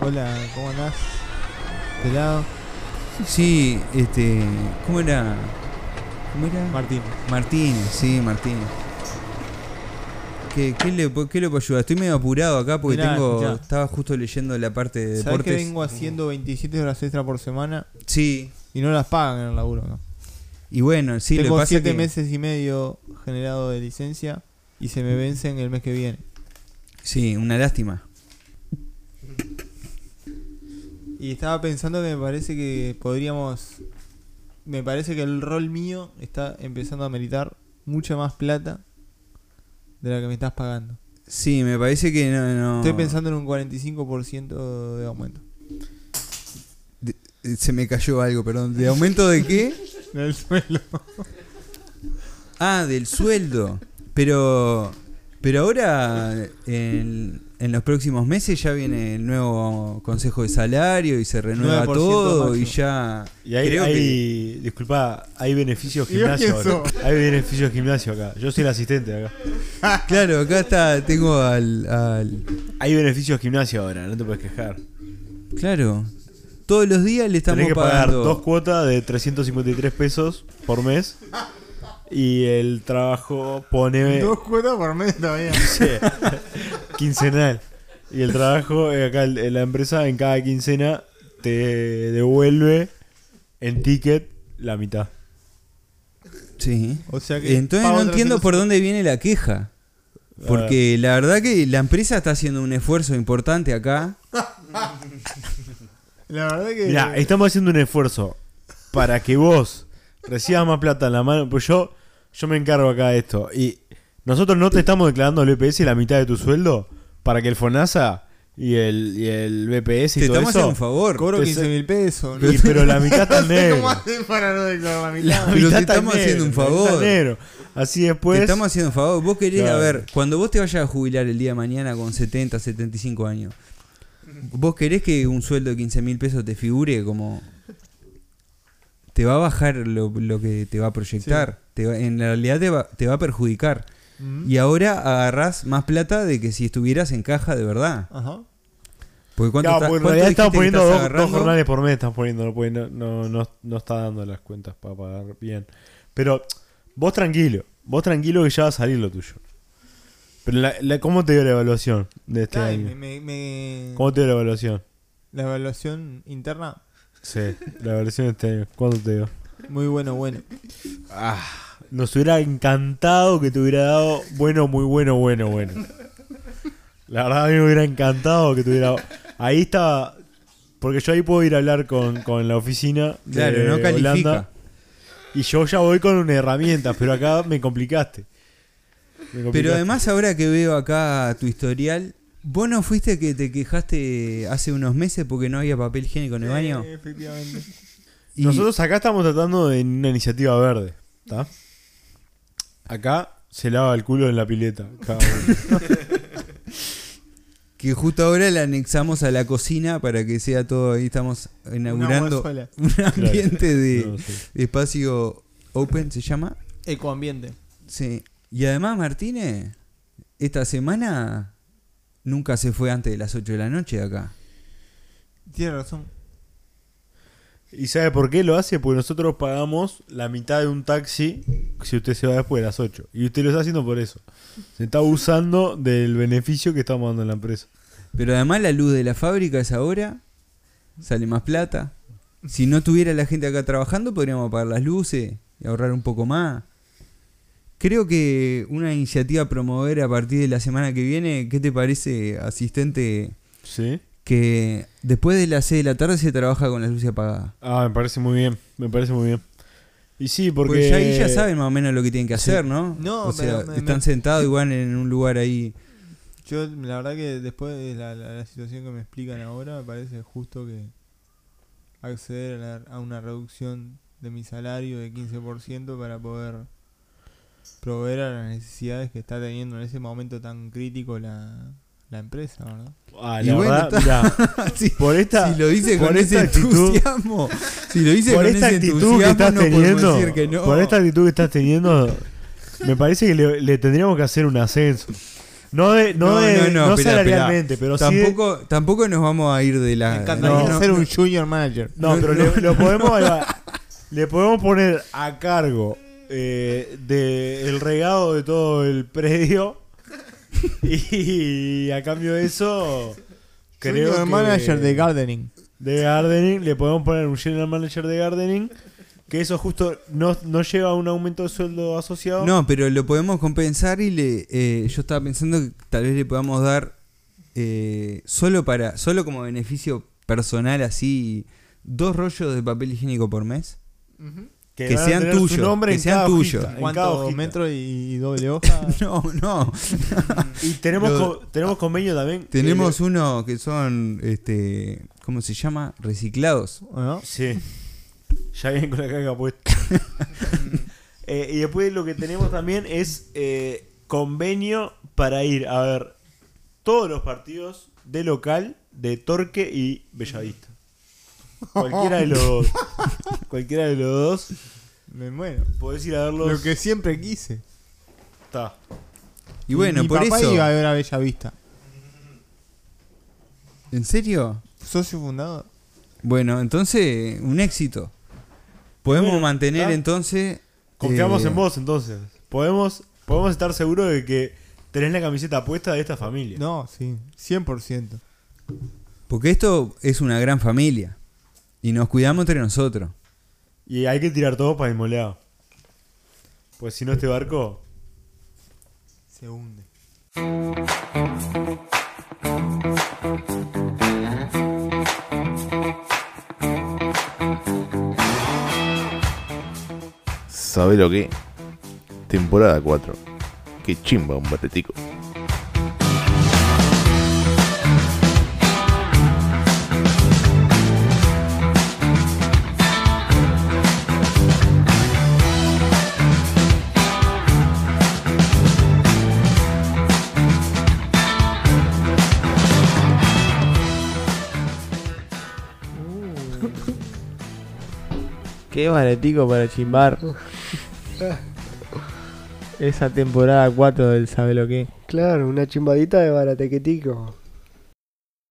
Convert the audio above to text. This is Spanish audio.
Hola, ¿cómo andás? ¿De lado? Sí, este. ¿Cómo era? ¿Cómo era? Martín. Martínez, sí, Martínez. ¿Qué, qué le, po- ¿Qué le puedo ayudar? Estoy medio apurado acá porque Mirá, tengo. escuchá. Estaba justo leyendo la parte de ¿Sabés que deportes. vengo haciendo 27 horas extra por semana Sí. y no las pagan en el laburo? ¿no? Y bueno, sí, lo que Tengo pasa es 7 que. meses y medio generado de licencia y se me vencen el mes que viene. Sí, una lástima. Y estaba pensando que me parece que podríamos. Me parece que el rol mío está empezando a meritar mucha más plata de la que me estás pagando. Sí, me parece que no. no- Estoy pensando en un 45% de aumento. Eh, Se me cayó algo, perdón. ¿De aumento de qué? Del suelo. Ah, del sueldo. Pero. Pero ahora, en, en los próximos meses, ya viene el nuevo consejo de salario y se renueva 9% todo y máximo. ya. Y hay, creo que- hay- disculpa, hay beneficios ¿Y vos gimnasio quién ahora. Hay beneficios gimnasio acá. Yo soy el asistente acá. Claro, acá está, tengo al, al- Hay beneficios gimnasio ahora, no te puedes quejar. Claro. Todos los días le estamos Tenés que pagar pagando. dos cuotas de 353 pesos por mes. Y el trabajo pone Dos cuotas por mes todavía. quincenal. Y el trabajo, eh, acá el- la empresa en cada quincena te devuelve en ticket la mitad. Sí. O sea que Entonces pago no entiendo 300. por dónde viene la queja. Porque la verdad que la empresa está haciendo un esfuerzo importante acá. La verdad que. Mira, estamos haciendo un esfuerzo para que vos recibas más plata en la mano. Pues yo, yo me encargo acá de esto. Y nosotros no te estamos declarando al BPS la mitad de tu sueldo para que el FONASA y el, y el BPS y Te todo estamos eso. haciendo un favor. cobro te 15 mil pesos. Y- pero la mitad está en sé cómo negro. hacen para no declarar la La mitad. Pero mitad te está en estamos haciendo un negro, la mitad favor. en negro. Así después. Te estamos haciendo un favor. Vos querés, Claro. a ver, cuando vos te vayas a jubilar el día de mañana con 70, 75 años, ¿vos querés que un sueldo de 15 mil pesos te figure como... Te va a bajar lo, lo que te va a proyectar. Te va- en realidad te va, te va a perjudicar. Mm. Y ahora agarrás más plata de que si estuvieras en caja de verdad. Ajá. Porque cuánto, Claro, está- porque pues en cuánto realidad dijiste estamos que poniendo estás dos, dos agarrando. jornales por mes, estamos poniendo, no, puede- no, no, no- no está dando las cuentas para pagar bien. Pero vos tranquilo, vos tranquilo que ya va a salir lo tuyo. Pero la, la- ¿cómo te dio la evaluación de este Ay, me, año? me- me- ¿Cómo te dio la evaluación? La evaluación interna, Sí, la evaluación de este año. ¿Cuánto te dio? muy bueno, bueno. Nos hubiera encantado que te hubiera dado bueno, muy bueno, bueno, bueno. La verdad a mí me hubiera encantado que te hubiera dado. Ahí está... Porque yo ahí puedo ir a hablar con, con la oficina de Claro, no califica. Holanda. Y yo ya voy con una herramienta, pero acá me complicaste. Me complicaste. Pero además ahora que veo acá tu historial, vos no fuiste que te quejaste hace unos meses porque no había papel higiénico en el baño. Eh, efectivamente. Y- Nosotros acá estamos tratando de una iniciativa verde, ¿está? Acá se lava el culo en la pileta. cada uno. Que justo ahora la anexamos a la cocina para que sea todo. Ahí estamos inaugurando Una guasola. un ambiente de, No, sí. de espacio open, se llama. Ecoambiente. Sí. Y además, Martínez, esta semana nunca se fue antes de las 8 de la noche de acá. Tiene razón. ¿Y sabe por qué lo hace? Porque nosotros pagamos la mitad de un taxi si usted se va después de las 8. Y usted lo está haciendo por eso. Se está abusando del beneficio que estamos dando en la empresa. Pero además, la luz de la fábrica es ahora. Sale más plata. Si no tuviera la gente acá trabajando, podríamos apagar las luces y ahorrar un poco más. Creo que una iniciativa a promover a partir de la semana que viene, ¿qué te parece, asistente? ¿Sí? Que después de las 6 de la tarde se trabaja con las luces apagadas. Ah, me parece muy bien. Me parece muy bien. Y sí, porque. Porque ya Pues ahí ya saben más o menos lo que tienen que hacer, ¿no? No, o sea, pero me- están me- sentados igual en un lugar ahí. Yo, la verdad que después de la, la- la situación que me explican ahora, me parece justo que acceder a, la- a una reducción de mi salario de 15% para poder proveer a las necesidades que está teniendo en ese momento tan crítico la, la empresa, ¿verdad? Ah, Y la bueno, verdad, mirá, Sí. por esta. si lo dice por con ese esta actitud- entusiasmo, si lo dice por con esta ese actitud que entusiasmo, estás no podemos teniendo, decir que no. por esta actitud que estás teniendo, me parece que le, le tendríamos que hacer un ascenso. No, de, no, No, de, no, no, no espera, salarialmente, pero sí. tampoco, tampoco nos vamos a ir de la. Me encantaría Eh, no, ser no, un junior manager. de- no, no, pero no, le, lo podemos, le podemos poner a cargo eh, de el regado de todo el predio. Y a cambio de eso, creo junior que manager de gardening. de gardening, le podemos poner un general manager de gardening. Que eso justo no, no lleva a un aumento de sueldo asociado. No, pero lo podemos compensar y le. eh, yo estaba pensando que tal vez le podamos dar eh, solo para, solo como beneficio personal así, dos rollos de papel higiénico por mes. que van a sean tener su tuyos, nombre que en sean cada tuyos. hojita, en cada ¿Cuánto hojita. metro y, y doble hoja? No, no. Y tenemos, Lo- co- tenemos convenio también. que Tenemos uno que son, este, ¿cómo se llama? Reciclados. ¿O no? le- Sí. Ya vienen con la caga puesta. Eh, y después lo que tenemos también es eh, convenio para ir a ver todos los partidos de local de Torque y Bellavista. Cualquiera de los dos. Cualquiera de los dos. Me muero. Podés ir a verlos. Lo que siempre quise. está. Y bueno, mi por papá eso. iba a ver a Bella Vista. ¿En serio? Socio fundador. Bueno, entonces, un éxito. Podemos Bueno, mantener ah, entonces. Confiamos eh, en vos entonces. Podemos, podemos estar seguros de que tenés la camiseta puesta de esta familia. No, sí, 100%. Porque esto es una gran familia. Y nos cuidamos entre nosotros. Y hay que tirar todo para el moleado. Pues si no, este barco. Se hunde. ¿Sabe lo que? Temporada 4. Qué chimba un batetico. Qué baratico para chimbar. Esa temporada 4 del Sabe lo que. Claro, una chimbadita de baratequetico.